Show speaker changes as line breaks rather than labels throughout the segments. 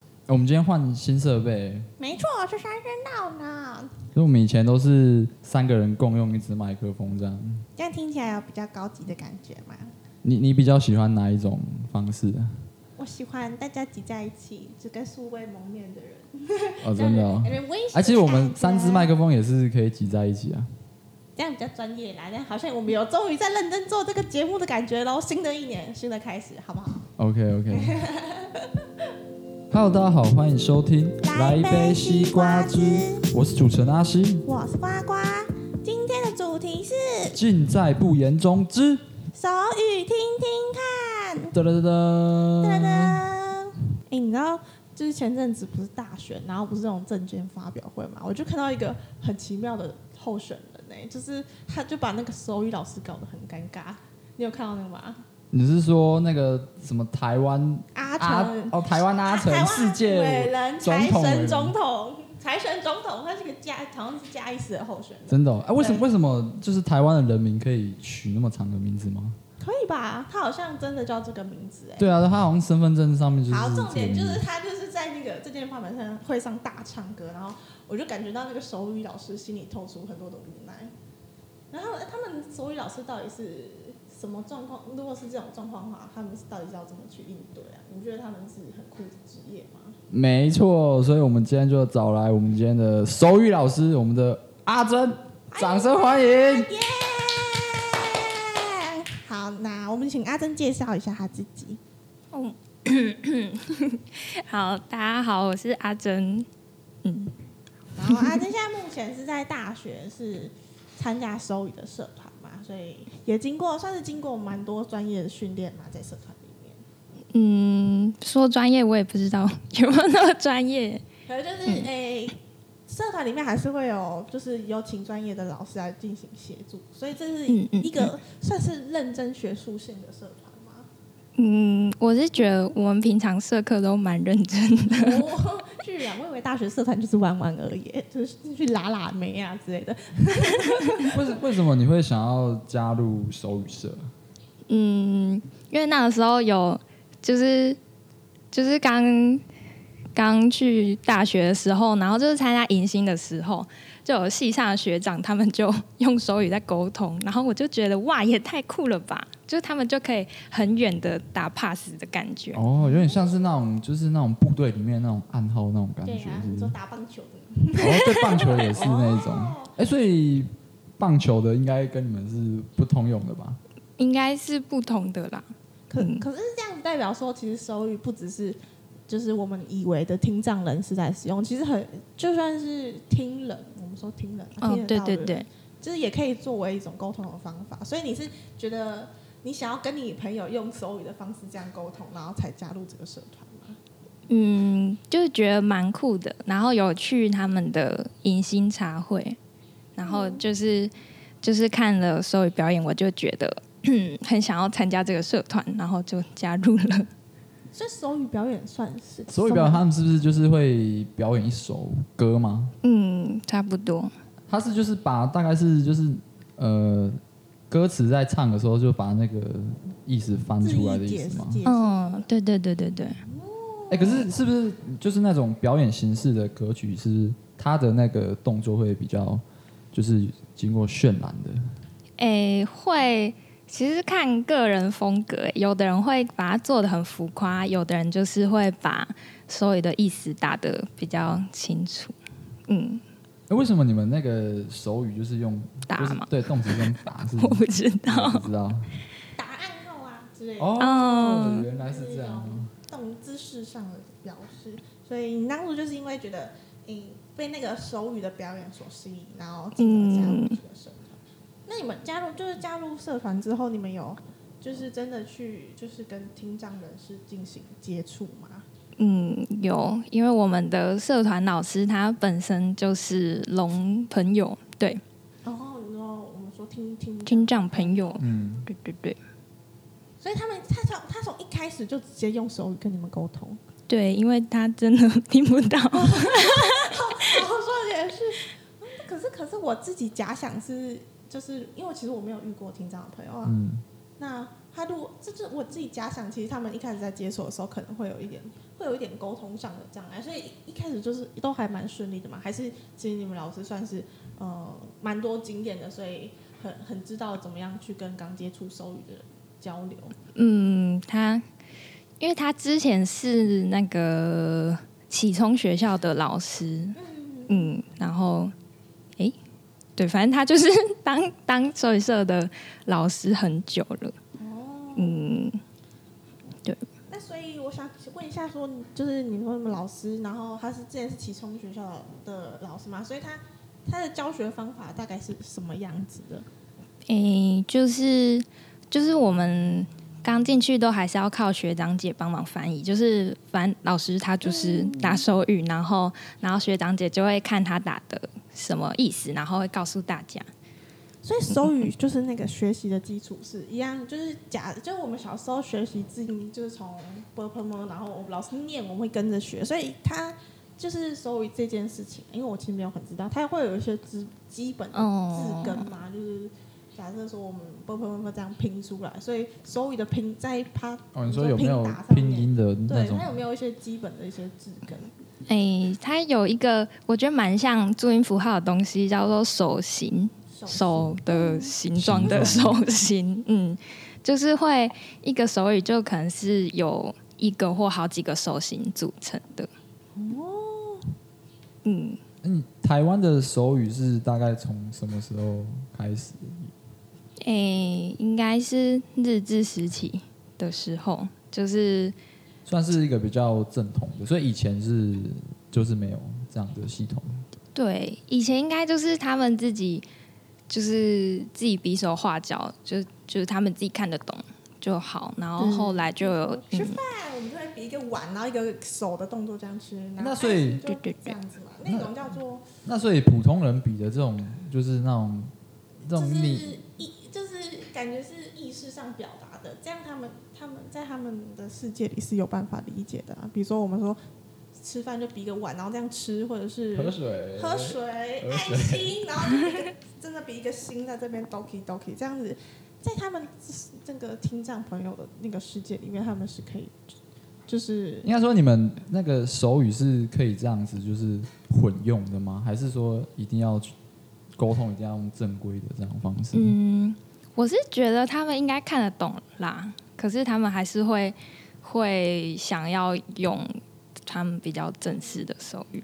哎我们今天换新设备，
没错，是三声道呢。
所以我们以前都是三个人共用一支麦克风这样。
这样听起来有比较高级的感觉嘛？
你你比较喜欢哪一种方式？
我喜欢大家挤在一起，只跟素未谋面的人。
哦，真的哦。
有点危险的感觉。
哎、其实我们三支麦克风也是可以挤在一起啊。
这样比较专业啦，但好像我们有终于在认真做这个节目的感觉喽。新的一年，新的开始，好不好？
OK OK。Hello，大家好，欢迎收听《
来一杯西瓜汁》，
我是主持人阿西，
我是呱呱，今天的主题是
尽在不言中之
手语听听看。
哒哒哒
噔噔，
哒。
哎、你知道就是前阵子不是大选，然后不是那种证券发表会嘛？我就看到一个很奇妙的候选人呢、就是他就把那个手语老师搞得很尴尬。你有看到那个吗？
你是说那个什么台湾
阿
阿
成啊
哦台湾阿成
台湾
世界
伟人
总
财
统伟
神
人
总统，财神总统，他是个加，好像是加一斯的候选人，
真的、哦？哎、为什么
对
为什么就是台湾的人民可以取那么长的名字吗？
可以吧？他好像真的叫这个名字哎、
对啊，他好像身份证上面就是
好，重点就
这个
是
名字
他就是在那个这件发表上会上大唱歌，然后我就感觉到那个手语老师心里透出很多的无奈。然后呃他们手语老师到底是什么状况？如果是这种状况的话，他们是到底是要怎么去应对啊？你觉得他们是很酷的职业吗？
没错，所以我们今天就找来我们今天的手语老师，我们的阿珍，
哎
掌声欢迎。
耶、好，那我们请阿珍介绍一下她自己。
好，大家好，我是阿珍。
然后阿珍现在目前是在大学是参加手语的社团嘛，所以也经过算是经过蛮多专业的训练嘛，在社团里面，
嗯，说专业我也不知道有没有那么专业。
可能就是诶、社团里面还是会有就是有请专业的老师来进行协助，所以这是
嗯嗯
一个算是认真学术性的社团嘛。
嗯，我是觉得我们平常社课都蛮认真的。
哦，居然我以为大学社团就是玩玩而已，就是去拉拉妹啊之类的。
为什为什么你会想要加入手语社？
嗯，因为那个时候有就是就是刚刚去大学的时候，然后就是参加迎新的时候，就有系上的学长他们就用手语在沟通，然后我就觉得哇，也太酷了吧！就是他们就可以很远的打 pass 的感觉。
哦，有点像是那种就是那种部队里面那种暗号那种感觉，
对啊，
是
你
不是
说？打棒球的哦
哦，对，棒球也是那一种。 哎、所以棒球的应该跟你们是不通用的吧？
应该是不同的啦。
可
嗯
可是这样子代表说，其实手语不只是就是我们以为的听障人士在使用，其实很就算是听人，我们说听人，
嗯、
听得
对
到的
对
人，
对，
就是也可以作为一种沟通的方法。所以你是觉得你想要跟你朋友用手语的方式这样沟通，然后才加入这个社团吗？
嗯，就是觉得蛮酷的。然后有去他们的迎新茶会，然后就是、就是看了所有表演，我就觉得 很想要参加这个社团，然后就加入了。
所以手语表演算是
手语表演
什么
他们是不是就是会表演一首歌吗？
嗯，差不多。
他是就是把大概是就是呃歌词在唱的时候就把那个意思翻
字
出来的
义
意
解释
思吗？
解释
嗯，对对对对对。
哎、可是是不是就是那种表演形式的歌曲是他的那个动作会比较就是经过渲染的？
诶，会其实看个人风格，有的人会把它做的很浮夸，有的人就是会把所有的意思打的比较清楚。嗯，
哎、为什么你们那个手语就是用
打
就是
吗？
对，动词跟打 是
我不知
我
道。
不知道
打暗号啊之类的。
哦，
嗯
原来是这样。
动姿势上的表示，所以你当初就是因为觉得你被那个手语的表演所吸引，然后进而加入这个社团。那你们加入就是加入社团之后，你们有就是真的去就是跟听障人士进行接触吗？
嗯，有，因为我们的社团老师他本身就是聋朋友，对，
然后哦你说我们说听听，
听障朋友，
嗯，
对对对
所以他们他从他从一开始就直接用手语跟你们沟通，
对，因为他真的听不到。
然后说的也是，嗯 可是可是我自己假想是就是因为其实我没有遇过听障的朋友啊，
嗯，
那他如果这是我自己假想，其实他们一开始在接触的时候，可能会有一点会有一点沟通上的障碍，所以一开始就是都还蛮顺利的嘛。还是其实你们老师算是呃蛮多经验的，所以很很知道怎么样去跟刚接触手语的人交流。
嗯，他因为他之前是那个启聪学校的老师，嗯，然后诶，对，反正他就是当当兽医社的老师很久了，嗯，
那所以我想问一下说，就是你说你们老师，然后他是之前是启聪学校的老师嘛，所以他他的教学方法大概是什么样子的？
诶，就是就是我们刚进去都还是要靠学长姐帮忙翻译，就是翻老师他就是打手语，然后然后学长姐就会看他打的什么意思，然后会告诉大家。
所以手语就是那个学习的基础是一样，就是假，就是我们小时候学习字音就是从 b p m，然后我们老师念，我们会跟着学，所以他就是手语这件事情，因为我其实没有很知道，它会有一些基基本的字根嘛，就是假设说我们 b p m 这样拼出来，所以手语的拼在它
哦，你说有没有
拼打上
拼
面
音的那
对
种
它？有没有一些基本的一些字根？
诶，它有一个我觉得蛮像注音符号的东西，叫做手型，手的形状的
形
手型，嗯，就是会一个手语就可能是有一个或好几个手型组成的。嗯，
嗯，台湾的手语是大概从什么时候开始？
诶，应该是日治时期的时候，就是
算是一个比较正统的，所以以前是就是没有这样的系统。
对，以前应该就是他们自己，就是自己比手画脚，就就是他们自己看得懂就好。然后后来就有，
嗯吃
嗯，
饭，我们就会比一个碗，然后一个手的动作这样吃。然后
那所以
爱心就
对对对
这样子嘛，那种叫做
那所以普通人比的这种就是那种这
就
种
是
你
意，就是感觉是意识上表达的，这样他们他们在他们的世界里是有办法理解的、啊。比如说我们说吃饭就比一个碗，然后这样吃，或者是
喝水
喝水、
喝
爱心，然后就一个真的比一个心在这边 doki doki 这样子，在他们这个听障朋友的那个世界里面，他们是可以就是
应该说你们那个手语是可以这样子就是混用的吗？还是说一定要去沟通一定要用正规的这样的方式？
嗯，我是觉得他们应该看得懂啦，可是他们还是会会想要用他们比较正式的手语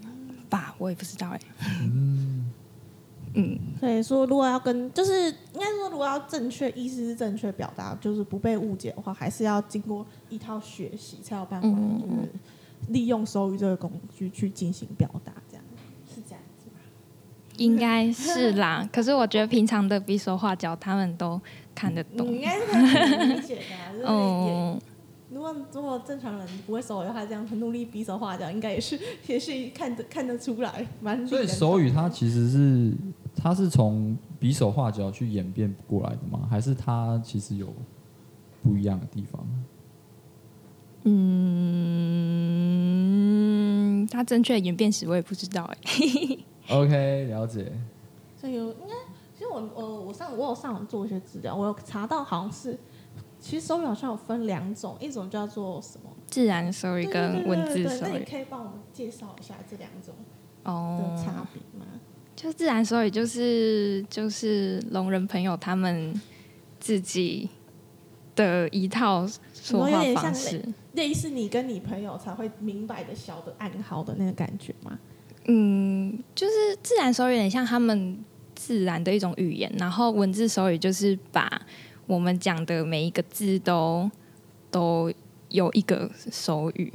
吧，我也不知道哎、
所以说，如果要跟，就是应该说，如果要正确意思是正确表达，就是不被误解的话，还是要经过一套学习，才有办法
嗯
就
嗯
是利用手语这个工具去进行表达，这样是这样子吗？
应该是 啦。可是我觉得平常的比手画脚，他们都看得
你
懂
应。该是可以理解的、 啊，就是也。
嗯，
如果如果正常人不会手语的话，这样很努力比手画脚，应该也是也是看得看得出来，蛮令
所以
人
手语它其实是它是从比手画脚去演变过来的吗？还是它其实有不一样的地方？
嗯，它正确的演变史我也不知道哎、
OK，了解。
所以有应该，其实我我我上我有上网做一些资料，我有查到好像是，其实手语好像有分两种，一种叫做什么
自然手语
对
跟文
对
字
对对
手
那你
语
可以帮我们介绍一下这两种的
哦，
差别吗？
就自然手语就是就是聋人朋友他们自己的一套说
有
话
点
方
像
式，
类似你跟你朋友才会明白的小的暗号的那个感觉吗？
嗯，就是自然手语有点像他们自然的一种语言，然后文字手语就是把我们讲的每一个字都都有一个手语，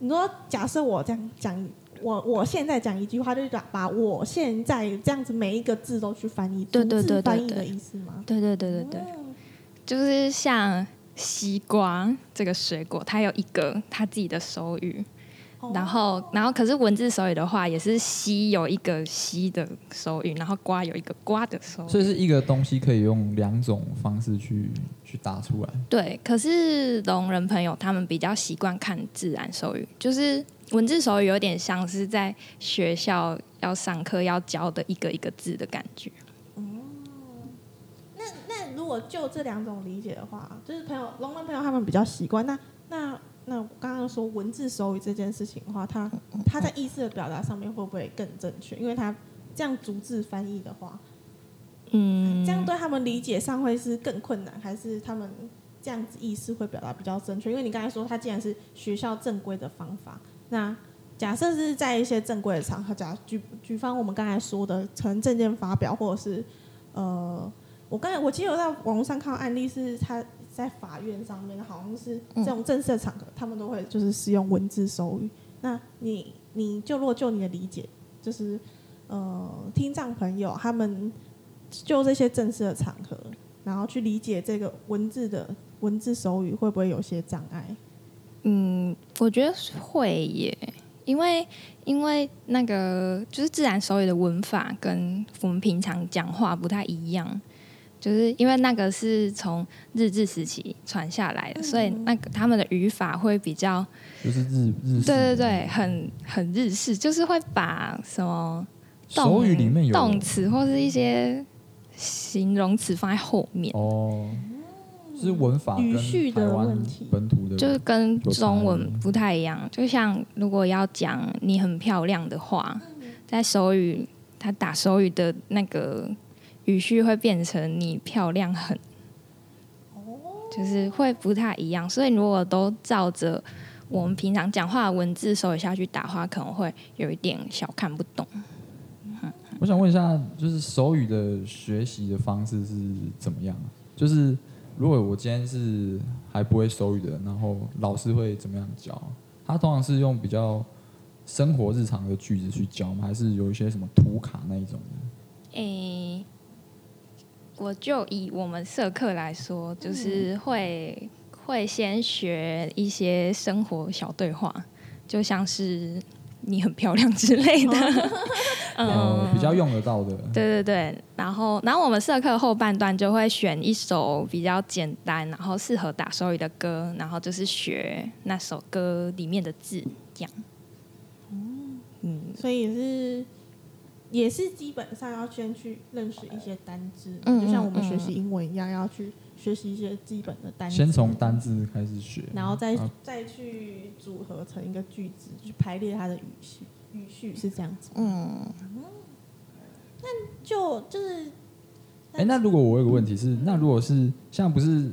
你说，假设我这样讲，我我现在讲一句话，就是把把我现在这样子每一个字都去翻译，
对对
逐字
对对
翻译
对
的意思吗？
对对对对对，就是像西瓜这个水果，它有一个它自己的手语，
哦
然后然后可是文字手语的话，也是西有一个西的手语，然后瓜有一个瓜的手语。
所以是一个东西可以用两种方式去去打出来。
对，可是聋人朋友他们比较习惯看自然手语，就是文字手语有点像是在学校要上课要教的一个一个字的感觉。
那那如果就这两种理解的话，就是朋友聋人朋友他们比较习惯，那那那我刚刚说文字手语这件事情的话，它它在意识的表达上面会不会更正确？因为它这样逐字翻译的话，
嗯，
这样对他们理解上会是更困难，还是他们这样子意思会表达比较正确？因为你刚才说，它既然是学校正规的方法，那假设是在一些正规的场合，假如举举方我们刚才说的，可能证件发表，或者是呃，我刚才我记得我在网络上看到案例是他在法院上面，好像是这种正式的场合，他们都会就是使用文字手语。那你你就如果就你的理解，就是呃，听障朋友他们就这些正式的场合，然后去理解这个文字的文字手语会不会有些障碍？
嗯，我觉得会耶，因为因为那个就是自然手语的文法跟我们平常讲话不太一样，就是因为那个是从日治时期传下来的，所以那个他们的语法会比较，
就是日日式
对对对，很很日式，就是会把什么动
手语里面有
动词或是一些形容词放在后面，
哦，是文法跟
语序的
台湾
问题
本土的，
就是跟
有差
中文
吗
不太一样。就像如果要讲你很漂亮的话，在手语，他打手语的那个语序会变成你漂亮很，就是会不太一样。所以如果都照着我们平常讲话的文字手语下去打的话，可能会有一点小看不懂。
我想问一下，就是手语的学习的方式是怎么样啊？就是如果我今天是还不会手语的人，然后老师会怎么样教啊？他通常是用比较生活日常的句子去教吗？还是有一些什么图卡那一种的？
诶、我就以我们社课来说，就是会、会先学一些生活小对话，就像是你很漂亮之类的，
嗯
呃，比较用得到的。
对对对，然后然后我们社课后半段就会选一首比较简单，然后适合打手语的歌，然后就是学那首歌里面的字，这样。嗯，
所以也是也是基本上要先去认识一些单字，
嗯
就像我们
嗯
学习英文一样，要去学习一些基本的单字，
先从单字开始学，
然后再、
啊
再去组合成一个句子，去排列它的语序，语序是这样子。
嗯，
就就是
哎、那如果我有个问题是，那如果是像不是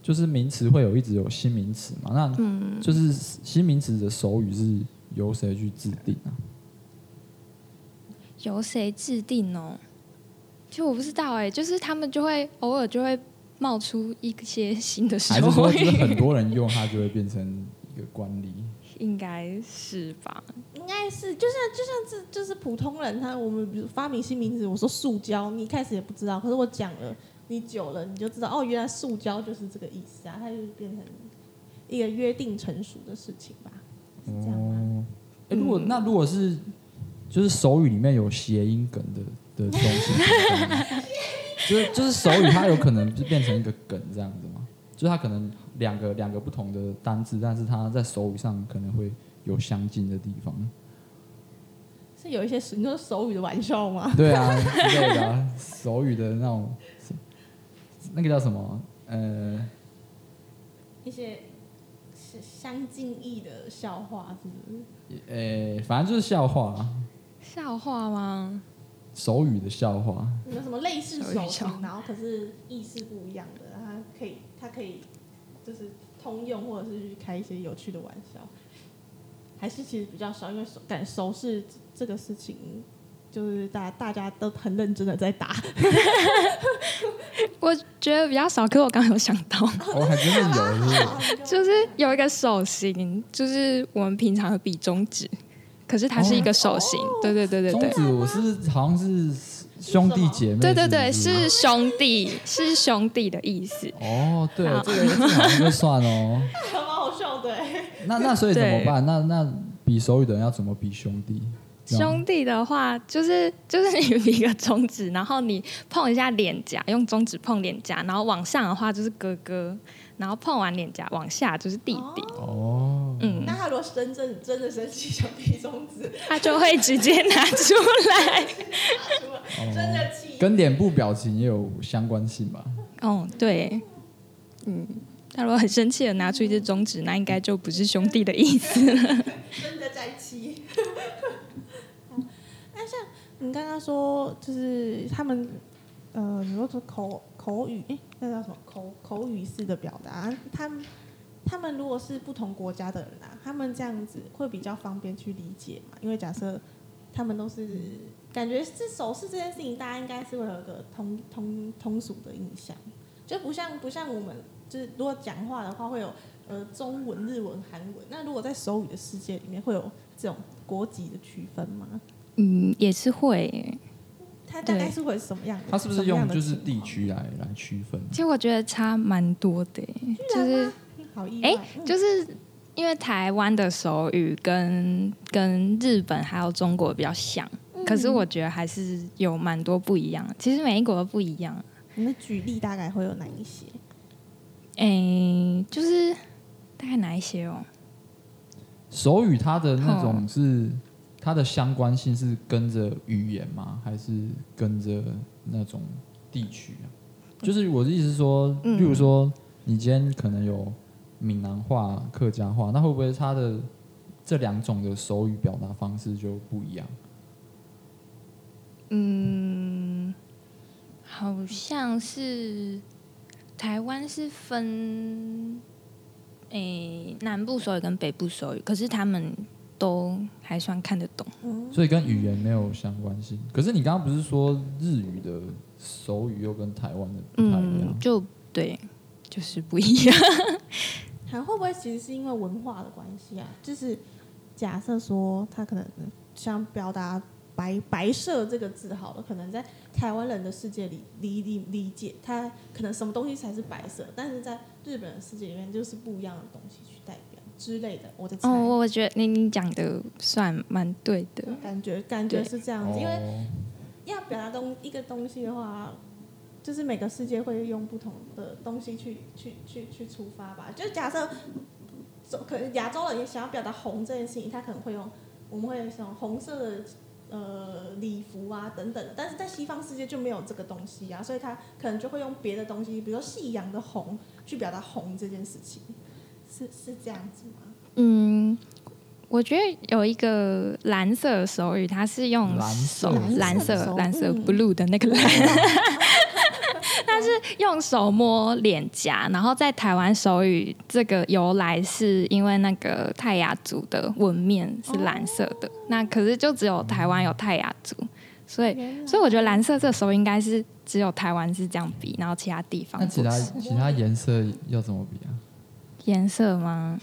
就是名词会有一直有新名词嘛？
嗯
那就是新名词的手语是由谁去制定啊？
由谁制定哦？其实我不知道哎、就是他们就会偶尔就会冒出一些新的手
还是说就是
语，
很多人用它就会变成一个惯例？
应该是吧？
应该是，就像就像是就是普通人他，我们比如发明新名字，我说塑胶，你一开始也不知道，可是我讲了，你久了你就知道，哦，原来塑胶就是这个意思啊，它就变成一个约定成熟的事情吧，是这样啊嗯吗？
哦，哎、如果那如果是就是手语里面有谐音梗的的东西， 就是就是手语它有可能就变成一个梗这样子嘛？就是它可能两个两个不同的单字，但是它在手语上可能会有相近的地方。
是有一些你说手语的玩笑吗？
对啊，之类的啊、手语的那种，那个叫什么？呃，
一些是相近义的笑话，是不是？
呃，反正就是笑话啦，
笑话吗？
手语的笑话。
有没有什么类似手
手语
势
笑，
然后可是意思不一样的，然后它可以它可以就是通用，或者是去开一些有趣的玩笑，还是其实比较少，因为手感手势这个事情。就是大大家都很认真的在打，
我觉得比较少，可是我刚刚有想到，
我、还真的有，就是
就是有一个手型，就是我们平常的比中指，可是它是一个手型，对对 对对
哦中
对。
指，我是好像是兄弟姐妹，
对对对，
是不
是兄弟，是兄弟的意思。
哦，对，
好
这个这个好像就算哦。
还蛮好笑的、欸。
那那所以怎么办？那那比手语的人要怎么比兄弟？这样
兄弟的话，就是 就是你比个中指，然后你碰一下脸颊，用中指碰脸颊，然后往上的话就是哥哥，然后碰完脸颊往下就是弟弟，
哦，
嗯，
那他如果真正真的生气，想比中指，
他就会直接拿出 来。
哦
真的气，
跟脸部表情也有相关性吧？
哦，对，嗯，假如很生气的拿出一只中指，那应该就不是兄弟的意思。
真的在一 起。好嗯那像你刚刚说，就是他们，呃，你说口口语，诶，那叫什么口口语式的表达？他们他们如果是不同国家的人啊，他们这样子会比较方便去理解嘛？因为假设他们都是感觉是手势这件事情，大家应该是会有一个通通通俗的印象，就不像不像我们就是如果讲话的话会有呃中文、日文、韩文。那如果在手语的世界里面，会有这种国籍的区分吗？
嗯，也是会耶。
它大概
对
是会什么样的？
它是不
什
是
么样
用
的
就是
情况
地？区啊来来区分？
其实我觉得差蛮多的耶，就是
啊好意外，
哎
嗯
就是因为台湾的手语跟跟日本还有中国比较像，可是我觉得还是有蛮多不一样的。其实每一国都不一样。
你的举例大概会有哪一些？
诶、就是大概哪一些哦？
手语它的那
哦
嗯
种是它的相关性是跟着语言吗？还是跟着那种地区啊？就是我的意思是说，
嗯
例如说你今天可能有闽南话、客家话，那会不会它的这两种的手语表达方式就不一样？
好像是台湾是分诶、南部手语跟北部手语，可是他们都还算看得懂。
嗯，
所以跟语言没有相关性。可是你刚刚不是说日语的手语又跟台湾的不太一样？
嗯，就对，就是不一样。
还会不会其实是因为文化的关系啊？就是假设说他可能像表达白白色这个字好了，可能在台湾人的世界里理理理解，他可能什么东西才是白色，但是在日本的世界里面就是不一样的东西去代表之类的。我的猜，
哦，我我觉得你你讲的算蛮对的。
感觉感觉
对
是这样嗯子，因为
哦
要表达东一个东西的话，就是每个世界会用不同的东西去去去去出发吧。就假设，走可能亚洲人也想要表达红这件事情，他可能会用我们会用红色的呃礼服啊等等的，但是在西方世界就没有这个东西啊，所以他可能就会用别的东西，比如说夕阳的红去表达红这件事情，是是这样子吗？
嗯，我觉得有一个蓝色的手语，它是用
蓝色
手蓝
蓝色的
色
手
蓝色
嗯
blue 的那个 蓝，它是用手摸脸颊。然后在台湾手语这个由来是因为那个泰雅族的纹面是蓝色
哦
的，那可是就只有台湾有泰雅族，所以
原来
所以我觉得蓝色这手应该是只有台湾是这样比，然后其他地方
那
不
其他
是
其他颜色要怎么比啊？
颜色吗？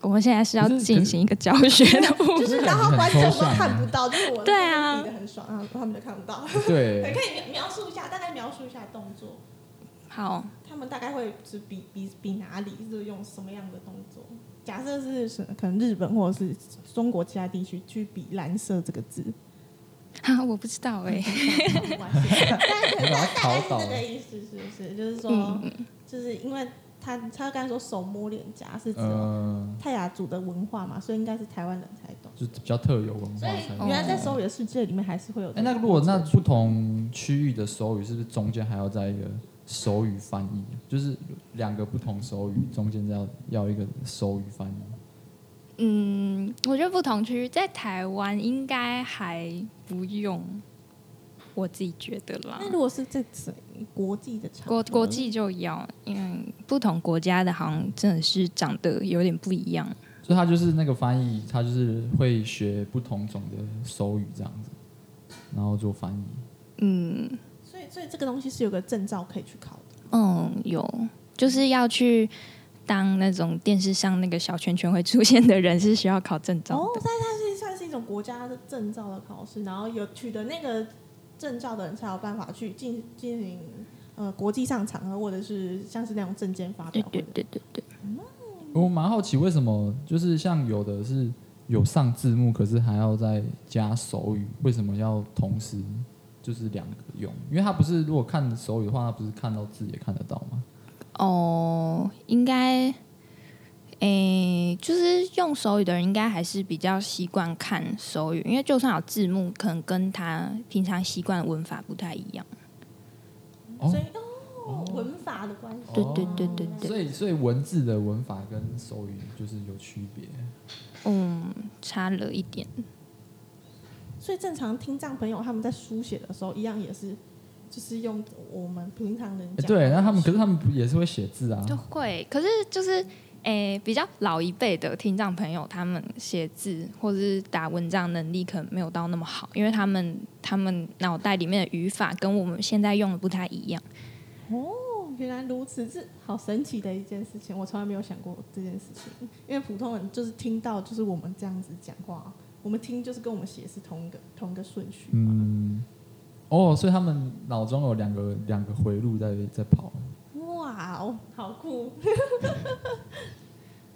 我们现在是
可
要
是可是
进行一个教学 的部分。
就是然后观众都看不到，就是我
对啊
比的很爽，然后他们就看不到。对，
对，
可以描描述一下，大概描述一下动作，
好，
他们大概会是比比比哪里，是用什么样的动作？假设是是可能日本或者是中国其他地区去比“蓝色”这个字，
啊，我不知道哎、
没关系但是
把它
大大概
考
是
倒
这个意思，是不是？就是说，
嗯，
就是因为他他刚才说手摸脸颊是指
嗯，
泰雅族的文化嘛，所以应该是台湾人才懂。
就比较特有文化
所以
才
哦
有。
原来在手语的世界里面还是会有这
哎，
个
那
东西。
如果那不同区域的手语，是不是中间还要在一个手语翻译？就是两个不同手语中间要要一个手语翻译，
嗯，我觉得不同区域在台湾应该还不用，我自己觉得啦
那。如果是这次国际的场
国
合
国际就要，因为不同国家的好像真的是长得有点不一样。
所以他就是那个翻译，他就是会学不同种的手语这样子，然后做翻译。
嗯
所以，所以这个东西是有个证照可以去考的。
嗯，有就是要去当那种电视上那个小圈圈会出现的人，是需要考证照
哦，
的。
但它是算是一种国家的证照的考试，然后有取得那个证照的人才有办法去进进行呃国际上场合，或者是像是那种证件发
对
表会
对
的。
对对对，
我蛮好奇为什么，就是像有的是有上字幕，可是还要再加手语，为什么要同时就是两个用？因为他不是如果看手语的话，他不是看到字也看得到吗？
哦，应该，诶，就是用手语的人应该还是比较习惯看手语，因为就算有字幕，可能跟他平常习惯的文法不太一样。
哦
所以，哦，哦，文法的关系。
对
对对对对
所以所以文字的文法跟手语就是有区别。
嗯，差了一点。
所以正常听障朋友他们在书写的时候，一样也是，就是用我们平常人
诶
讲。
对，那他们可是他们也是会写字啊。
就会，可是就是诶、比较老一辈的听障朋友，他们写字或是打文章能力可能没有到那么好，因为他们他们脑袋里面的语法跟我们现在用的不太一样。
哦，原来如此，这好神奇的一件事情，我从来没有想过这件事情。因为普通人就是听到就是我们这样子讲话，我们听就是跟我们写是同一个同一个顺序嘛。
嗯，哦，所以他们脑中有两个两个回路在在跑。嗯
哇哦，好 酷！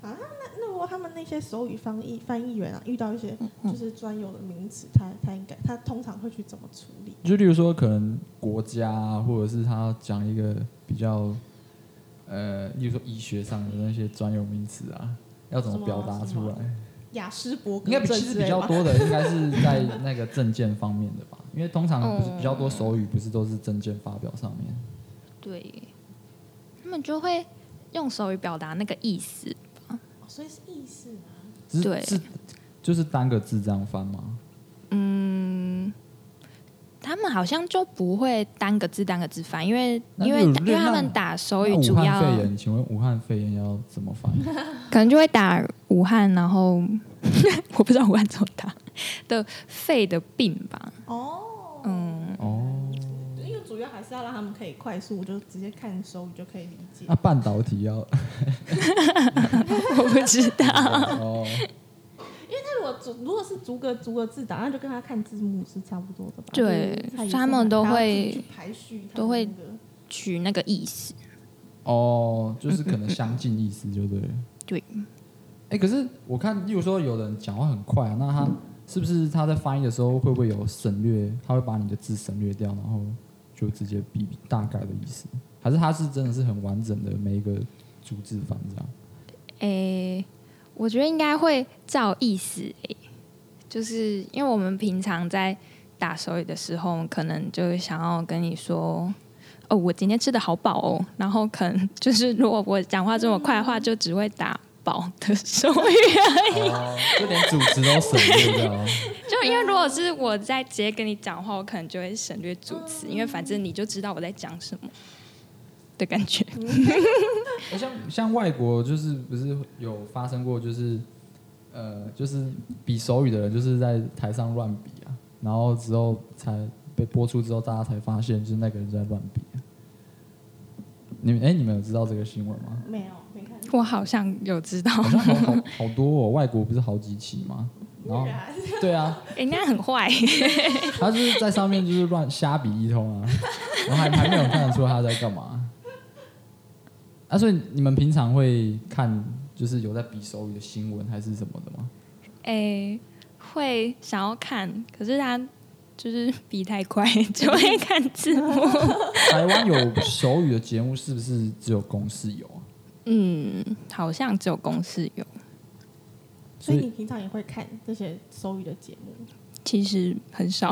啊，那那如果他们那些手语翻译翻译员啊，遇到一些
嗯
就是专有的名词，他他应该他通常会去怎么处理？
就例如说，可能国家、啊、或者是他讲一个比较，呃，例如说医学上的那些专有名词啊，要怎么表达
什
出
么
来？
雅斯伯格
应该比
症
其实
之
比
类
较
吧
多的，应该是在那个证件方面的吧，因为通常不是比较多手语，不是都是证件发表上面。
对，他们就会用手语表达那个意思。
哦所以是意思嘛。
只
对
是是就是单个字这样翻吗？
他们好像就不会单个字单个字翻，因为
那
因为
有
因为
那
他们打手语
那武
主
汉
要
肺炎，请问武汉肺炎要怎么 翻？
可能就会打武汉，然后 我不知道武汉怎么打的肺的病吧，
哦，
嗯。
哦，
因为主要还是要让他们可以快速，就直接看手语就可以理解
那。半导体要
我不知道。
哦，
那如果逐如果是逐个逐个字打，那就跟他看字幕是差不多的吧？
对
就是蔡依
他们都
森啊
会
他要去排序，
都会
他们那个
取那个意思，
哦，就是可能相近意思就对了。
对。
哎、可是我看，例如说有人讲话很快、啊，那他是不是他在翻译的时候会不会有省略？他会把你的字省略掉，然后就直接比比大概的意思？还是他是真的是很完整的每一个逐字翻这样？
诶、我觉得应该会照意思、诶，就是因为我们平常在打手语的时候，可能就想要跟你说，哦，我今天吃的好饱哦，然后可能就是如果我讲话这么快的话，就只会打饱的手语。
哦，就连主持都省略掉。
就因为如果是我在直接跟你讲话，我可能就会省略主词，因为反正你就知道我在讲什么的感觉。
欸像像外国就是不是有发生过就是呃就是比手语的人就是在台上乱比啊，然后之后才被播出之后，大家才发现就是那个人在乱比、啊。你们哎、你们有知道这个新闻吗？
没有没看
我好像有知道，
好像好好好多哦，外国不是好几起吗？然后
当然
对啊，
人家很坏。
他就是在上面就是乱瞎比一通啊，然后还还没有看得出他在干嘛。啊，所以你们平常会看就是有在比手语的新闻还是什么的吗？
诶、会想要看，可是他就是比太快， 就会看字 幕。
台湾有手语的节目是不是只有公司有啊？
嗯，好像只有公司有，
所以你平常也会看这些手语的节 目？
其实很少。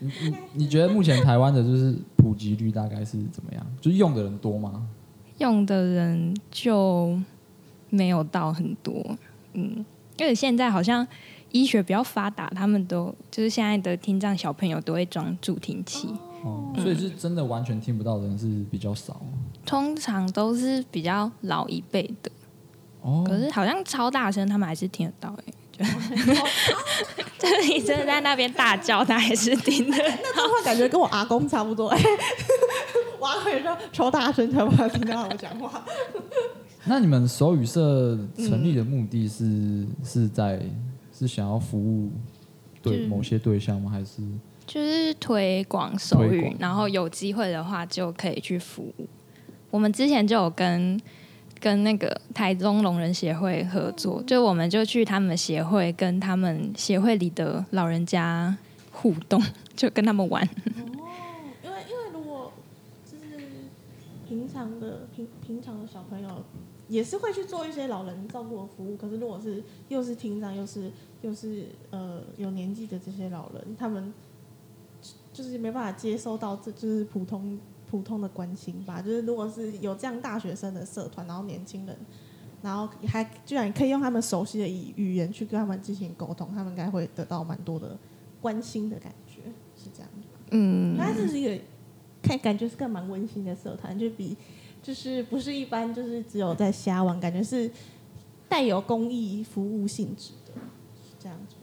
你你你觉得目前台湾的就是普及率大概是怎么样？就是用的人多吗？
用的人就没有到很多，嗯，因为现在好像医学比较发达，他们都就是现在的听障小朋友都会装助听器，
哦，所以是真的完全听不到的人是比较少
通常都是比较老一辈的，
哦。
可是好像超大声，他们还是听得到哎、 就 就是你真的在那边大叫，他还是听得到。
那这话感觉跟我阿公差不多。哎 我阿公也说超大声才不要听到我讲话。
那你们手语社成立的目的是、是在是想要服务对
嗯
某些对象吗？还是
就是推广手
推
语
广，
然后有机会的话就可以去服务。我们之前就有跟跟那个台中聋人协会合作，就我们就去他们协会跟他们协会里的老人家互动， 就跟他们玩。
因为因为如果就是平常的平平常的小朋友，也是会去做一些老人照顾的服务。可是如果是又是听障又是又是呃有年纪的这些老人，他们就是没办法接收到这就是普通普通的关心吧。就是如果是有这样大学生的社团，然后年轻人，然后还居然可以用他们熟悉的语语言去跟他们进行沟通，他们应该会得到蛮多的关心的感觉，是这样子。
嗯，
它这是一个看感觉是个蛮温馨的社团，就比就是不是一般就是只有在瞎玩，感觉是带有公益服务性质的，是这样子吗？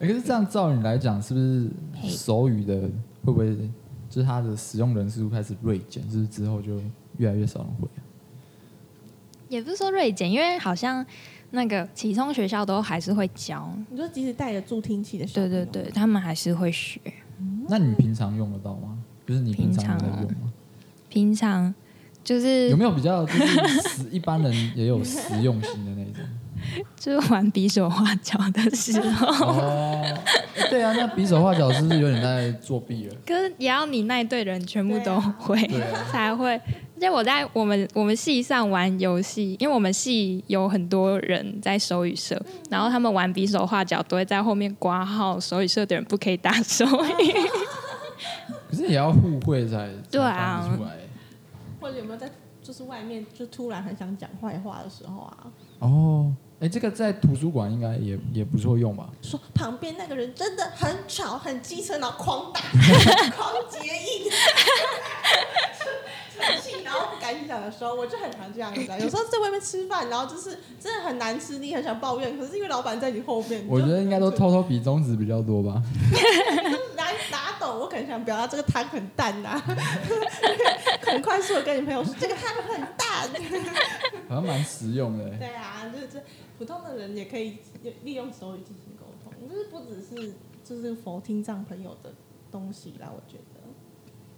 欸可是这样照你来讲，是不
嘿
是手语的会不会就是它的使用人数开始锐减，是不是之后就越来越少人会啊、
也不是说锐减，因为好像那个启聪学校都还是会教，
你说即使带着助听器的小
对
朋
嗯
友
对对，他们还是会学。
那你平常用得到吗？就是你平常有啊在用吗？
平常就是
有没有比较就是实一般人也有实用性的那种？
就是玩匕首画脚的时候，
哦，欸对啊，那比手画脚是不是有点在作弊了？
可是也要你那一队人全部都会、
对啊
才会。而且我在我们我们系上玩游戏，因为我们系有很多人在手语社，
嗯
然后他们玩匕首画脚都会在后面挂号，手语社的人不可以打手
嗯
语。
可是也要互惠才
对啊
才翻得出来
或者有没有在就是外面就突然很想讲坏话的时候啊，
哦。哎、这个在图书馆应该也也不错用吧？
说旁边那个人真的很吵很机车，然后狂 打狂结印。生气然后不敢讲的时候，我就很常这样子 啊。有时候在外面吃饭，然后就是真的很难吃，你很想抱怨，可是因为老板在你后面，
我觉得应该都偷偷比中指比较多 吧。
拿拿抖，我可能想表达这个汤很淡呐、啊， 很快速的跟你朋友说这个汤很淡。
好像蛮实用的欸、
对啊，就是这普通的人也可以利用手语进行沟通，就是不只是就是佛听障朋友的东西啦，我觉得。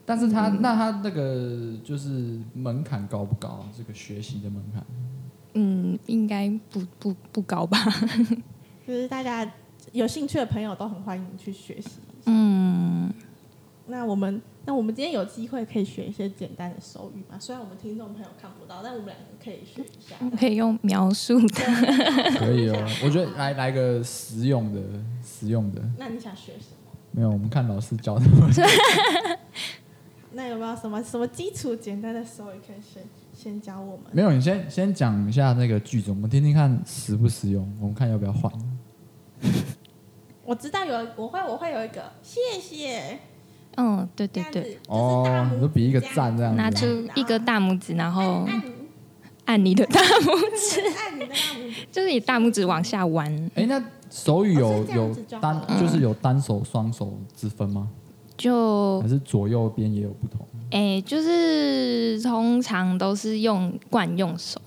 但是
嗯
他、那他那个就是门槛高不高啊？这个学习的门 槛，
嗯，应该不不不高吧？
就是大家有兴趣的朋友都很欢迎去学习。
嗯，
那我们那我们今天有机会可以学一些简单的手语嘛？虽然我们听众朋友看不到，但我们两个可以学一下。
可以用描述的。
可以哦。我觉得来来个实用的，实用的。
那你想学什么？
没有，我们看老师教的。
那有没有什么什么基础简单的手语可以先先教我们？
没有，你先先讲一下那个句子，我们听听看实不实用，我们看要不要换。
我知道有我会我会有一个谢谢，
嗯，对
这
对
样子
对，
就是大
哦
拇，指
就比一个
这样
赞这样
拿
子啊。
出一个大拇指，然
按
后
按
按你的大拇指，
按你的大拇指，
就是你大拇指往下弯，
哎，那手语有
哦是这样
有
子就好
单
嗯
就是有单手双手之分吗？
就
还是左右边也有不同？
哎、就是通常都是用惯用手，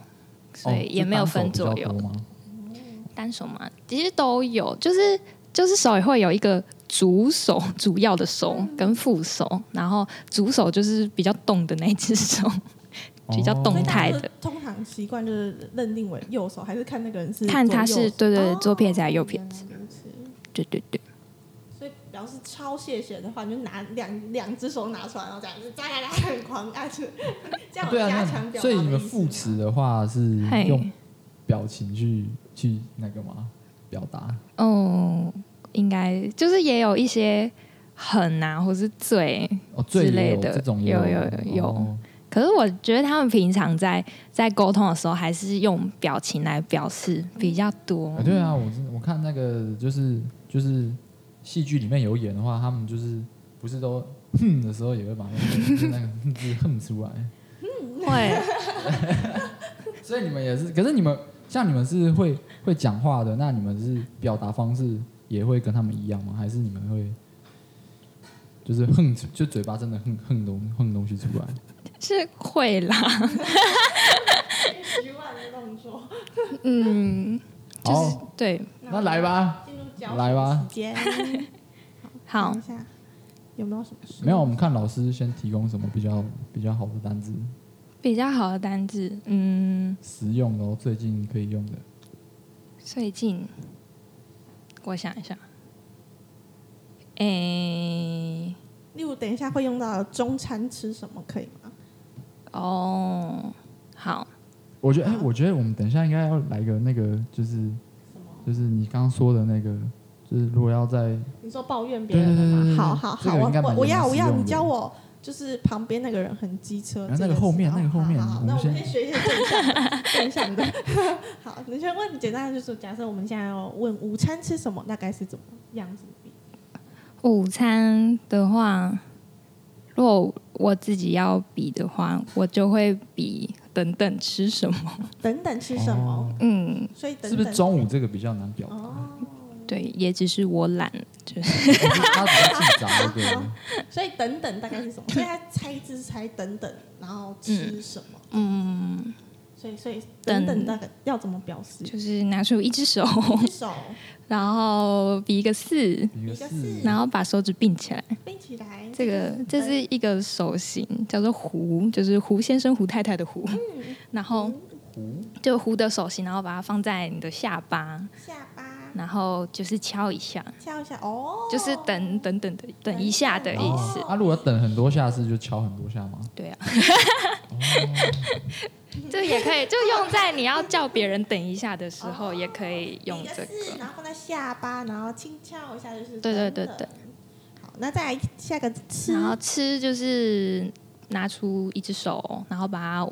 所以
哦
也
是
没有
单手
分
比较
左右，
多吗？
单手嘛，其实都有，就是就是手也会有一个主手， 主要的手跟副手，然后主手就是比较动的那一只手，比较动
所以
哦
大
态
家
的
就通常习惯就是认定为右手，还是看那个人是
看他
左右
是
手
对对对
哦
左撇子还是右撇子
原来如此
对对对，
所以，表示超谢谢的话，你就拿两两只手拿出来，然后这样子，哒哒哒，很狂按，这
啊
样有
对啊，
加强
那
表达的意思吗。
所以你们副词的话是
嘿，
嗯用表情去去那个吗？表达
哦、应该就是也有一些狠啊，或是最
哦，最
之类
也有
的
这种也
有有
有
有
哦
可是我觉得他们平常在在沟通的时候，还是用表情来表示比较多。
啊，对啊，我真的我看那个就是就是戏剧里面有演的话，他们就是不是都哼的时候也会把那个就是那个哼字哼出来，
会
所以你们也是，可是你们像你们是会会讲话的，那你们是表达方式也会跟他们一样吗？还是你们会就是哼出，就嘴巴真的哼哼东哼东西出来？
是会啦，
举腕的动作，
嗯，就
好，
是对，
啊那来，吧。
进入教
来吧
学时间，
好
看一，下有没有什么事？
没有，我们看老师先提供什么比较比较好的单字，
比较好的单字，嗯，
实用的、哦，最近可以用的。
最近我想一下，诶、
例如，等一下会用到的中餐吃什么，可以吗？
哦，好，
我觉得，哎、我觉得我们等一下应该要来个那个，就是
什么？
就是你刚刚说的那个就是如果要在
你说抱怨别人的吗？
对对对对对
好好
这
好，
个应该
我
蛮
我我要
蛮
我
实用
要
的
你教我，就是旁边那个人很机车
然后
这
那
个
个
词。
后面那个
好
后面
好好
我
那
们
我们
先
先学一些正向正向的。 好，你先问简单的就是，假设我们现在要问午餐吃什么，大概是怎么样子比？
午餐的话，如果我自己要比的话，我就会比等等吃什么。
等等吃什么？
嗯，
所以等
哦是不是
等
中午这个比较难表达？
哦，
对，也只是我懒，就是
他比较复杂一个。
啊 所以等等大概是什么？所以他猜字是猜等等，然后吃什么？
嗯，
所以所以等等大概要怎么表示？
就是拿出一只手，
一手
然后比一个四，
一个是，哦
然后把手指并起来。
并起来，
这个这是一个手型，叫做胡，就是胡先生、胡太太的胡。然后就胡的手型，然后把它放在你的下巴，
下巴
然后就是敲一下，
敲一下哦，
就是等等等等等一下的意思。
哦啊，如果要等很多下是就敲很多下吗？
对啊， 这也可以，就用在你要叫别人等一下的时候，也可以用
一
这
四，
个。
然后放在下巴，然后轻敲一下就是
对对
等等
对对。
好，那再来下一个吃
然后吃就是拿出一只手，然后把它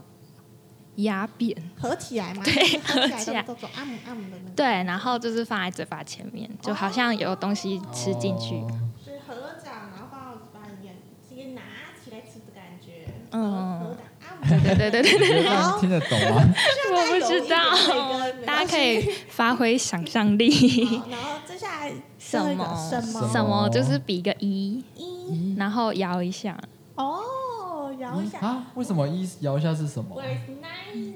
压扁，
合起来嘛，对，合
合起
起来
来
都走按摩按摩的那个，
对，然后就是放在嘴巴前面，就好像有东西吃进去。
哦
是合掌，然后把我把你直接拿起来吃的感觉，
嗯
合掌按摩，
对对对对对，
这样哦听得懂 吗？
我不知道
好，
大家可以发挥想 象力。
好，然后接下来最
什
后一个
么
什么
什么就是比个一，
一
然后摇一下，
哦，摇一下，
啊？为什么一摇一下是什么？
Where's nine nine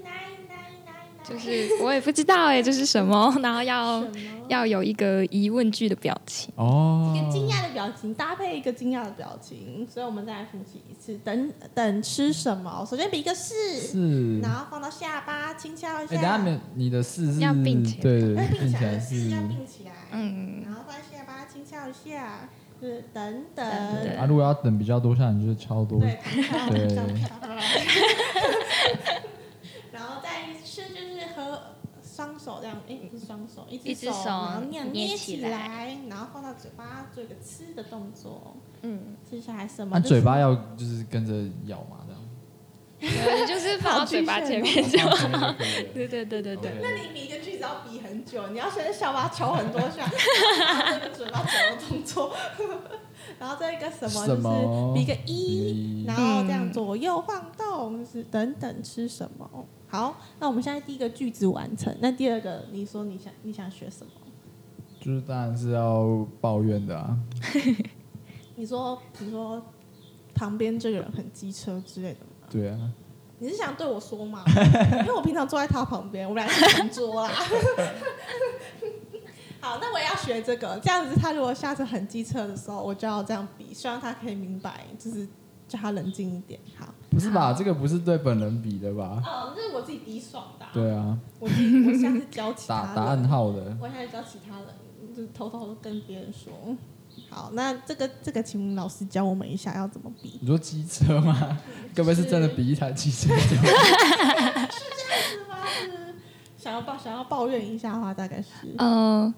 nine nine nine？
就是我也不知道哎、就是什么，然后要
什么？
要有一个疑问句的表情。
哦
一，个惊讶的表情搭配一个惊讶的表情，所以我们再来复习一次。等等吃什么？首先比一个是，
是。
然后放到下巴轻敲一
哎，等下
下，
没你的四是
要并起来
对对
要
对，
并
并
起
起
来
来
是
是
要并起来，
嗯，
然后放下巴轻敲一下，就是等等，
等等
啊。如果要等比较多下，你就敲多。 啊
对，轻敲
对
轻敲轻敲， 然后再一次就是和。双手这样，哎，不是双手，一
一
只
只
手，
手
然后捏
捏
捏
起
起
来
来，然后放到嘴巴做一个吃的动作。
嗯，
接下来什么？
那嘴巴要就是跟着咬嘛，这样。
对就是放到嘴巴前
哦
面就。 对对对对对，
OK
那你比一个句子要比很久，你要先下巴敲很多下，然后这个嘴巴转的动作， 然后再一个什么
什么
就是比一个
比个
一，
一
然后这样左右晃动，就是等等吃什么。好，那我们现在第一个句子完成，那第二个你说你想你想学什么？
就是当然是要抱怨的啊。
你说你说旁边这个人很机车之类的吗？
对啊，
你是想对我说吗？ 因为我平常坐在他旁边，我们俩是同桌啦。 好，那我也要学这个，这样子他如果下次很机车的时候，我就要这样比，希望他可以明白，就是叫他冷静一点。好，
不是吧？这个不是对本人比的吧？
哦，这是我自己比爽的、啊。
对啊，
我自己我下次教其他
打
人，
打暗号的。
我现在教其他人，就是偷偷的跟别人说。好，那这个这个，请老师教我们一下要怎么比。
你说机车吗？该不会是真的比一台机车？
是吗？是想要抱想要抱怨一下的话，大概是
呃，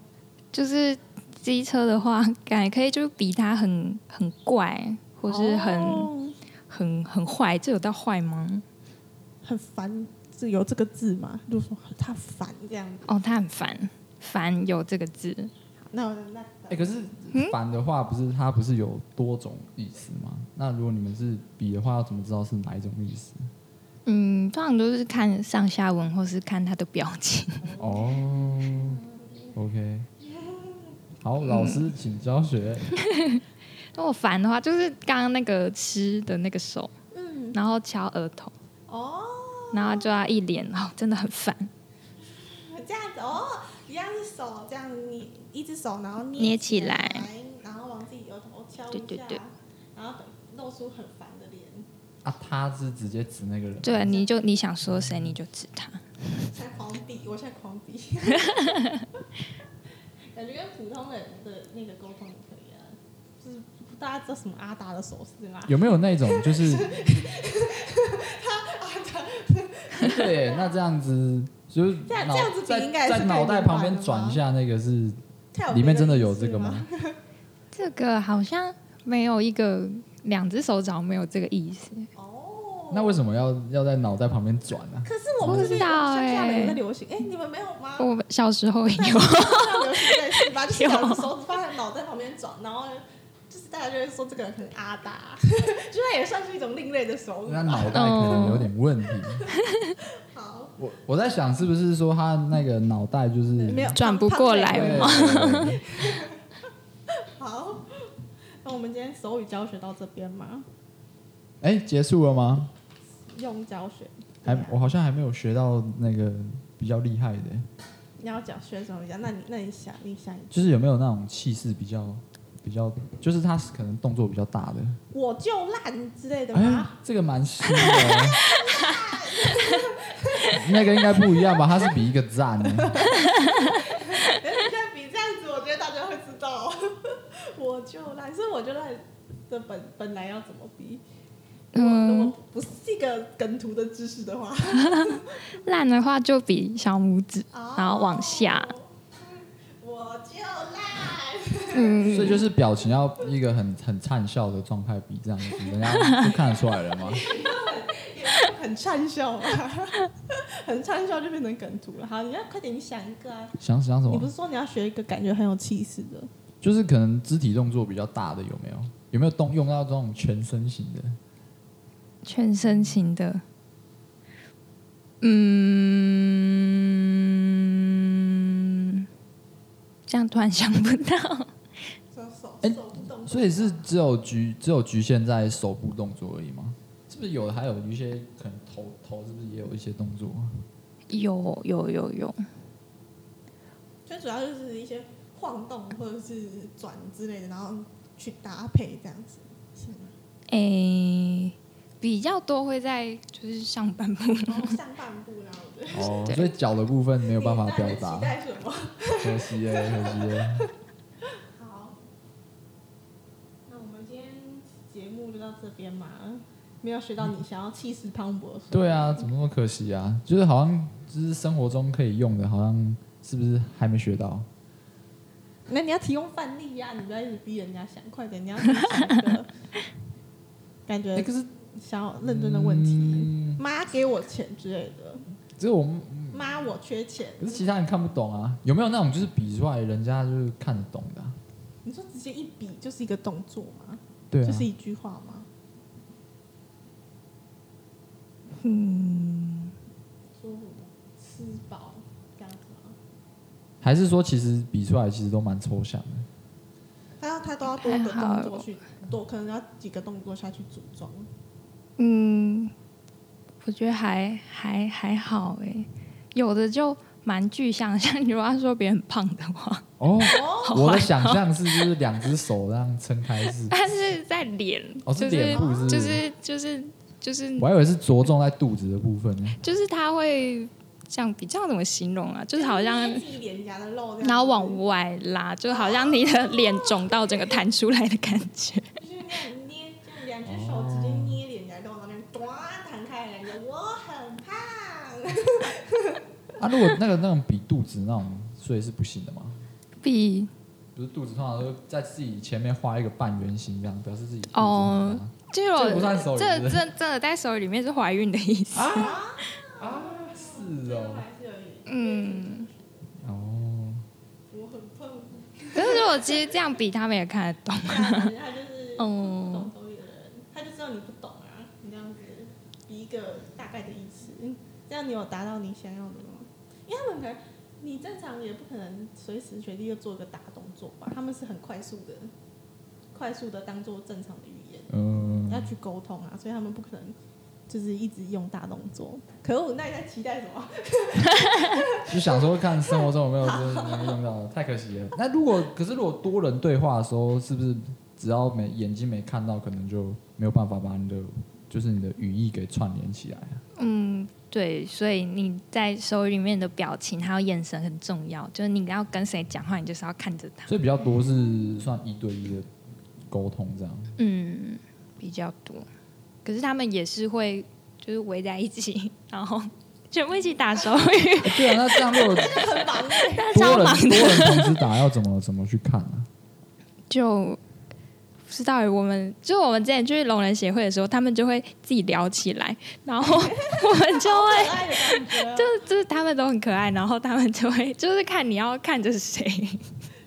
就是机车的话， 感觉可以就比它很很怪，或是很、
哦
很很坏，这有到坏吗？
很烦，是有这个字吗？就说他烦这样子。
哦，它很烦，烦有这个字。
那那
哎、可是反的话，不是它不是有多种意思吗？那如果你们是比的话，要怎么知道是哪一种意思？
嗯，通常都是看上下文，或是看他的表情。
哦、o k 好，老师请教学。
如果烦的话，就是刚刚那个吃的那个手，
嗯
然后敲额头，
哦，
然后就要一脸哦，真的很烦，
这样子哦，一样是手这样捏，一只手然后
捏
起
起来，
然后往自己额头敲一下，
对对对
然后露出很烦的脸，
啊，他是直接指那个人。
对，你就你想说谁你就指他，
现在狂比，我现在狂比，感觉跟普通人的那个沟通也可以啊，就是大家知道什么阿达的手势吗？
有没有那种就是？对，那这样子就是
这样
脑
这样子比
在
应该也是
在脑
可以
袋
明白
旁边
的
转
吗
一下，那个是
跳舞
里面真的
别
有
意思
这个吗？？
这个好像没有一个两只手掌没有这个意思，
哦，
那为什么要要在脑袋旁边转啊呢、
可是我们
不
这边
知道
乡下的
欸
有在流行，哎、你们没有吗？
我小时候有。
这样流行类似吧，就是
有
两只手指放在脑袋旁边转，然后就是大家就会说这个人很阿 达，就那也算是一种另类的手语
那
吧。
脑袋可能有点问题。
好，
哦我我在想，是不是说他那个脑袋就是
没有
转不过来
对对
胖妹妹
有
对
吗
对
好，那我们今天手语教学到这边吗？
哎，结束了吗？
用教学，
还我好像还没有学到那个比较厉害的，
你要讲学什么语言？那你那你想你想一句，
就是有没有那种气势比较比较，就是他可能动作比较大的。
我就烂之类的
哎
吗？，
这个蛮新的 哦。那个应该不一样吧？他是比一个赞呢。
哎、你看比这样子，我觉得大家会知道， 我就烂，所以我就烂的本本来要怎么比？如
嗯
果，不是一个梗图的知识的话，
烂的话就比小拇指，然后往下。
哦我就烂。
嗯，
所以就是表情要一个很很灿笑的状态比这样子，人家就看得出来了吗？
很畅笑吧， 很畅笑就变成梗图了。好，你要快点，你想一个啊！
想想什
你
么
不？是说你要学一个感觉很有气势的？
就是可能肢体动作比较大的有没有？有没有动用到这种全身型的？
全身型的。嗯，这样突然想不到。
手手
哎
不动
所以是只有局只有局限在手部动作而已吗？是不是有还有一些可能头头是不是也有一些动作？
有有有有，
就主要就是一些晃动或者是转之类的，然后去搭配这样子，是吗？
诶、比较多会在就是上半部。
然后上半部啦，我觉得。
哦，
对
所以脚的部分没有办法
你到
表
底
达
期，待什么？
可惜耶，可惜耶。
好，那我们今天节目就到这边嘛。没有学到你想要气势磅礴的时候。
对啊，怎么那么可惜啊？就是好像就是生活中可以用的，好像是不是还没学到？
那你要提供范例呀、你不要一直逼人家想，快点，你要自己想一个感
哎、
觉
可是
想要认真的问题。
嗯，
妈给我钱之类的，
只有我们，
妈我缺钱。
可是其他人看不懂啊。有没有那种就是比出来人家就是看得懂的啊、
你说直接一比就是一个动作吗？
对啊，
就是一句话吗？嗯，舒服，吃饱，这样子吗？
还是说其实比出来其实都蛮抽象的。
他要他都要多个动
还好
作去多，可能要几个动作下去组装。
嗯，我觉得还还还好诶、有的就蛮具象，像你如果要说别人胖的话，
哦，
哦，
我的想象是就是两只手这样撑开 是，
但是在脸，
哦是脸部是不
就是是就是就是
我还以为是着重在肚子的部分呢。
就是他会这样比较怎么形容啊？就是好像
自己脸颊的肉这样子，
然后往外拉，就好像你的脸肿到整个弹出来的感觉。
就是那样捏，就两只手直接捏脸颊，然后往那边抓弹开来，然后我很胖。
啊，如果那个那种比肚子那种，所以是不行的吗？
比
不是肚子通常都在自己前面画一个半圆形，这样表示自己肚子
哦
很大
就
这不算手语
有
是不
这
是
这这在手语里面是怀孕的意思。
是
最后
哦，
还是有一点
嗯，
哦，
我很胖，
可是如果其实这样比，他们也看得懂。
这样子啊他就是不
嗯
懂手语的人，他就知道你不懂啊，你这样子比一个大概的意思，这样你有达到你想要的吗？因为他们可能你正常也不可能随时随地就做一个大动作吧，他们是很快速的，快速的当做正常的语言。
嗯、
要去沟通啊，所以他们不可能就是一直用大动作。可恶，那你在期待什么？
就想说看生活中有没有真的能用到，太可惜了。那如果可是如果多人对话的时候，是不是只要没眼睛没看到，可能就没有办法把你的就是你的语义给串联起来啊？
嗯，对，所以你在手语里面的表情还有眼神很重要，就是你要跟谁讲话，你就是要看着他。
所以比较多是算一对一的沟通这 样。
嗯， 比较多。可是他们也是会就是围在一起，然后全部一起打手语，
欸对啊，那这样如果
很忙 欸
那
多
超
人
忙
多
的。
人同时打，要怎么怎么去看啊呢、
就不知道欸我们就我们之前去聋人协会的时候，他们就会自己聊起来，然后我们就
好
会
可爱的感觉哦，
就就是他们都很可爱，然后他们就会就是看你要看着谁，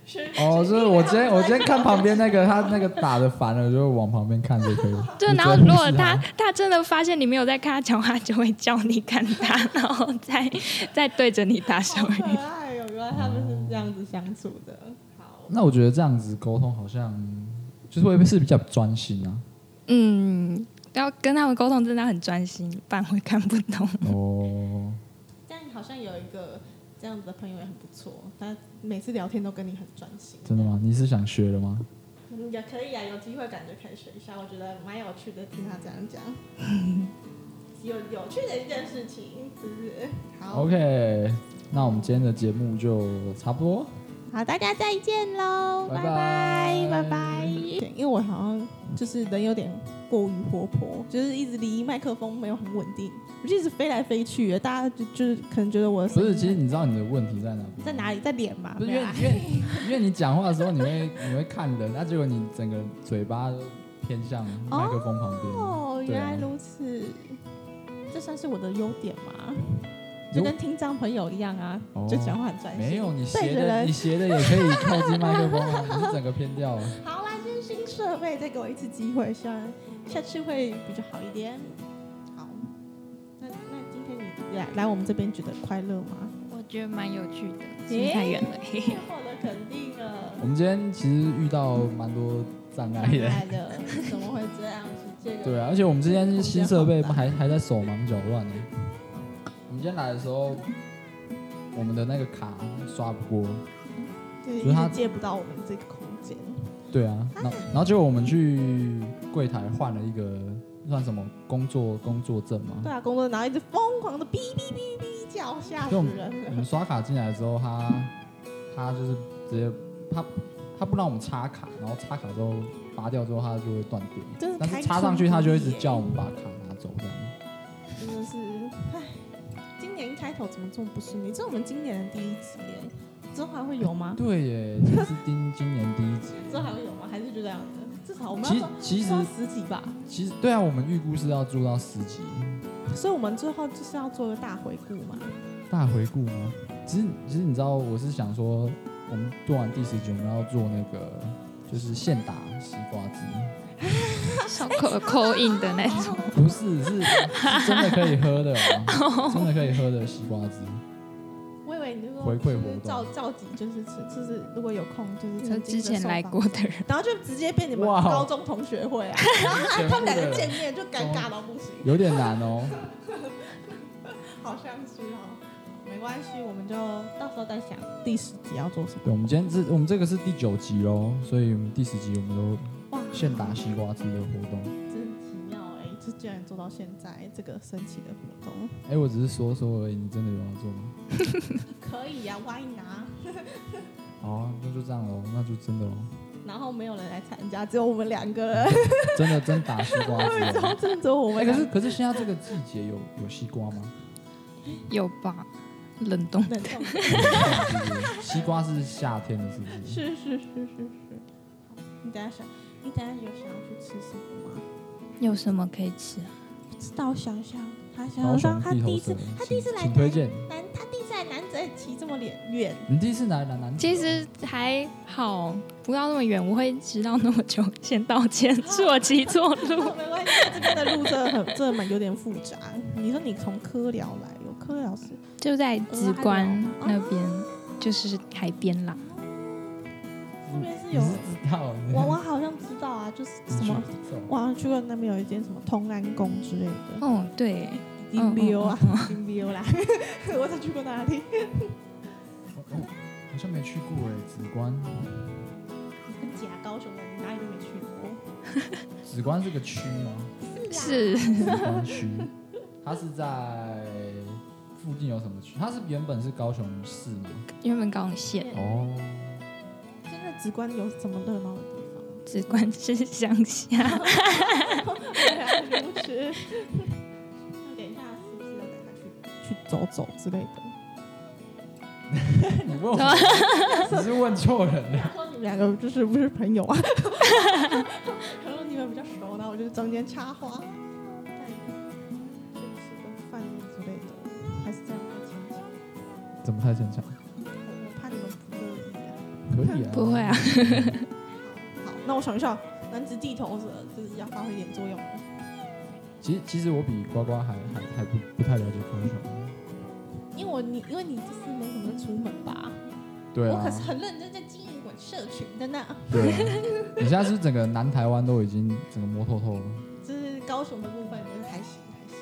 是
哦，就是我今天我 今天看旁边那
个，
个他那个打的烦了，就往旁边看就可以了。
就
你
然后
真
如
的
果
是
他
好
他真的发现你没有在看他讲话，他就会叫你看他，然后再再对着你打手
好
语。
可爱哦，原来他们是这样子相处的。好，
那我觉得这样子沟通好像就是会不会是比较专心啊？
嗯，要跟他们沟通真的很专心，不然会看不懂。
哦，
但好像有一个这样子的朋友也很不错，他每次聊天都跟你很专心。
真的吗？你是想学了吗？
嗯，也可以啊，有机会感觉可以学一下，我觉得蛮有趣的，听他这样讲，有有趣的一件事情，是不是？好
OK，那我们今天的节目就差不多。
好，大家再见喽，
拜
拜
拜
拜拜拜。因为我好像就是人有点过于活泼，就是一直离麦克风没有很稳定，我就一直飞来飞去的，大家就就是可能觉得我的
不
声音
是，其实你知道你的问题在哪边？
在哪里，在脸嘛，
不是因
没有
为
啊
因为因为你讲话的时候你会你会看人，啊那结果你整个嘴巴都偏向麦克风旁边。
哦，
对
原
啊
来如此，这算是我的优点嘛？
如
就跟听障朋友一样啊，
哦
就讲话很专心。
没有你斜
对着
的，
人
你斜的也可以靠近麦克风啊，你是整个偏 掉了。
好啦，这是新设备，再给我一次机会，希望下次会比较好一点。好，那那今天你来来我们这边觉得快乐吗？
我觉得蛮有趣的，
其实太远
了。
获得肯定了
我们今天其实遇到蛮多障碍 的。
来的，怎么会这样？是这个
对啊，而且我们之前是新设备还还在手忙脚乱呢。我们今天来的时候，我们的那个卡刷不过。
就是
就是
一
他
直借不到我们这个空间。
对啊，然后然后结果我们去柜台换了一个算什么工作工作证嘛。
对啊，工作然后一直疯狂的哔哔哔哔叫，吓死
就我们我
人了
们。刷卡进来之后，他他就是直接他他不让我们插卡，然后插卡之后拔掉之后，它就会断
真
电
是。
但是
开
插上去，
创
它就会一直
意耶
叫我们把卡拿走这样。
真的是，唉，今年一开头怎么这么不顺利？这是我们今年的第一集耶，之后还会有吗？
对耶，这是今今年第一集。
之后还会有吗？还是就这样的？至少我们
其实
要做
其实
做十集吧，
其实对啊，我们预估是要做到十集
所以我们最后就是要做个大回顾嘛。
大回顾吗？其实其实你知道，我是想说，我们做完第十集，我们要做那个就是现打西瓜汁，
手 口口音的那 种，
不是是是真的可以喝的、哦，真的可以喝的西瓜汁。
我以为你就说
回馈活动
就是召召集，就是就是如果有空就是
就
曾经
之
的
前
受
来
访
过，的人，
然后就直接变你们
哇哦
高中同学 会啊，
全
他们
部
两
的
个见
人
面就尴尬到不行，
有点难哦。
好像是哦。没关系，哦我们就到时候再想第十集要做什么。
对，我们今天这我们这个是第九集喽，所以我们第十集我们都
哇，
现打西瓜汁的活动。
真奇妙哎、这居然做到现在这个神奇的活动，
哎，我只是说说而已，你真的有要做吗？
可以呀、啊，why not？
好啊，那就这样喽，那就真的喽，
然后没有人来参加，只有我们两个人，
真的真打西瓜汁
然后
哦。
真的只有 我
哎，
们
可
两
是
个。
可是现在这个季节有有西瓜 吗？
有吧？冷冻
能动
西瓜是夏天的，是不是？
是是是是是。你等一下想，你等一下有想要去吃什么吗？
有什么可以吃啊？
不知道，想想他想
高
要
雄
让他
地
第
头
一次
蛇，，
他第一次
请
来
请
南
推荐。
南，他第一次来南泽骑这么远远，
你第一次来南南，
其实还好，不要那么远，我会迟到那么久。先道歉，是我骑错 路。
没关系，这边的路真的很真的蛮有点复杂。你说你从科寮来，有科寮是
就在紫关那边，就是海边啦。
那边是
你
有，
是知道的
我我好像知道啊，就是
你
什
去
么。
走
我好像去过那边有一间什么通安宫之类的，
哦，对，
金标啊，金标啦， 我只去过哪里？
我我好像没去过哎，紫关，
假高雄的，你哪里都没去过。啊
紫关是个区吗？
是
紫关区，它是在附近有什么区？它是原本是高雄市吗？
原本高雄县，
哦，
现在直观有什么热闹的地方？
紫关是乡下。
原来如此。那等一下，是不是要带他去去走走之类的。
你问 我，只是问错人了。
然后你们两个就是不是朋友啊？然后你们比较熟，然后我就是中间插花，带你去吃个饭之类的，还是这样太牵强，
怎么太牵强？
我我怕你们不乐意啊。
可以啊，
不会啊，
好，那我想一下，男子地头蛇就是要发挥一点作用。
其实其实我比呱呱还还还不不太了解高雄。
因为我你因为你就是没什么出门吧，
对
我
啊
可，是很认真在经营我社群的呢，
对啊。你现在是不是整个南台湾都已经整个摸透透了。
就是高雄的部分就是还行还行，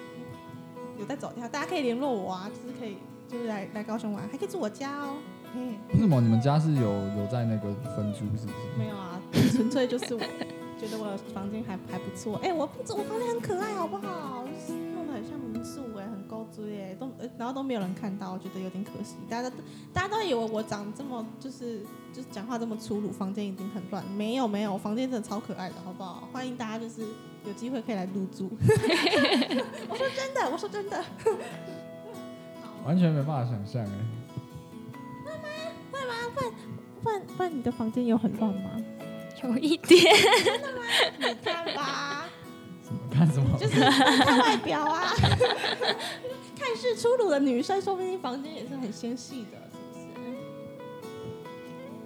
有在走跳，大家可以联络我啊，就是可以就是来来高雄玩，还可以住我家哦。嗯，
为什么你们家是有有在那个分租是不是？
没有啊，纯粹就是我觉得我的房间还还不错，哎、我不我房间很可爱好不好？就是弄得很像民宿哎、很高追哎、都呃然后都没有人看到，我觉得有点可惜。大家都大家都以为我长这么就是就是讲话这么粗鲁，房间已经很乱。没有没有，我房间真的超可爱的，好不好？欢迎大家就是有机会可以来入住。我说真的，我说真的，
完全没办法想象哎。
不然不然你的房间有很乱吗？
有一点。
你看吧。
什么看什么？
就是看外表啊， 看似粗鲁的女生，说不定房间也是很纤细的，是不是？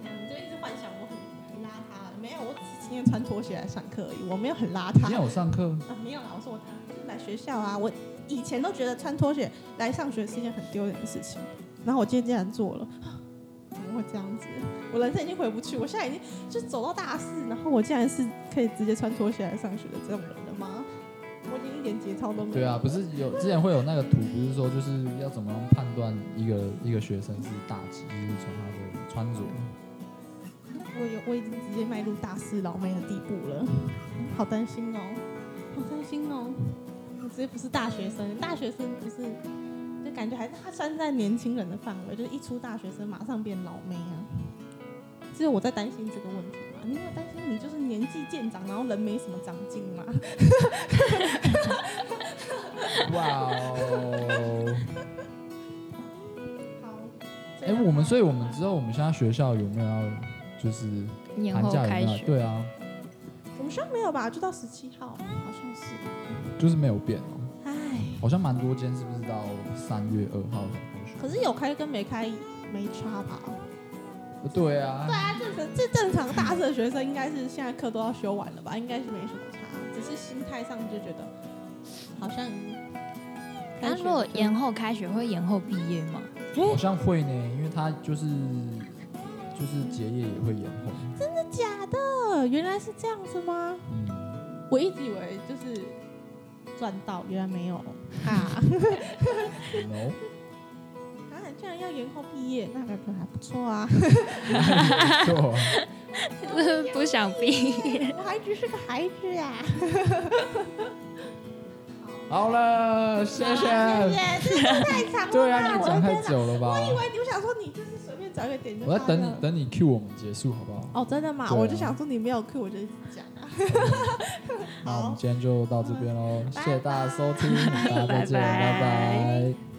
嗯你就一直幻想我很很邋遢，没有，我只是今天穿拖鞋来上课而已，我没有很邋
今
遢
天
啊，
有上课，
没有啦，我说我就是来学校啊，我以前都觉得穿拖鞋来上学是一件很丢脸的事情，然后我今天竟然做了。 怎么会这样子？我人生已经回不去，我现在已经就是走到大四，然后我竟然是可以直接穿拖鞋来上学的这种人了吗？我已经一点节操都没有。
对啊，不是有之前会有那个图，不是说就是要怎么样判断一个一个学生是大几，就是从他的穿着。
我有，我已经直接迈入大四老妹的地步了， 好担心哦，好担心哦。我直接不是大学生，大学生不是，就感觉还是他算在年轻人的范围，就是一出大学生马上变老妹啊。只有我在担心这个问题嘛？你有担心你就是年纪渐长，然后人没什么长进嘛？
哇哦！
好，
哎、我们所以我们知道我们现在学校有没有要就是
年
寒
后
假
开
有没有？
学，
对啊，
我们学校没有吧？就到十七号，好像是。
就是没有变哦，
唉，
好像蛮多间是不是到三月二号才开学？
可是有开跟没开没差吧？
呃对啊，
啊，正常，这正常大四的学生应该是现在课都要修完了吧？应该是没什么差，只是心态上就觉得好像。
但是如果延后开学会延后毕业吗？
哎
好像会呢，因为它就是就是结业也会延后。
真的假的？原来是这样子吗？
嗯，
我一直以为就是赚到，原来没有啊！
no，
啊，居然要延后毕业，那感觉还不错啊！
没错，
不想毕业。
我还只是个孩子啊呀、
好了，谢谢。
啊谢谢，这个太长了吧，
对啊，你讲
我的
太
天哪！
久了吧？
我以为你我想说你就是随便找一个点就
我在
发
等
了
你等你 cue 我们结束好不好？
哦，真的吗？
对啊
我就想说你没有 Q，我就一直讲啊。
那我们今天就到这边喽，谢谢大家收听，大家再见，
拜拜
拜拜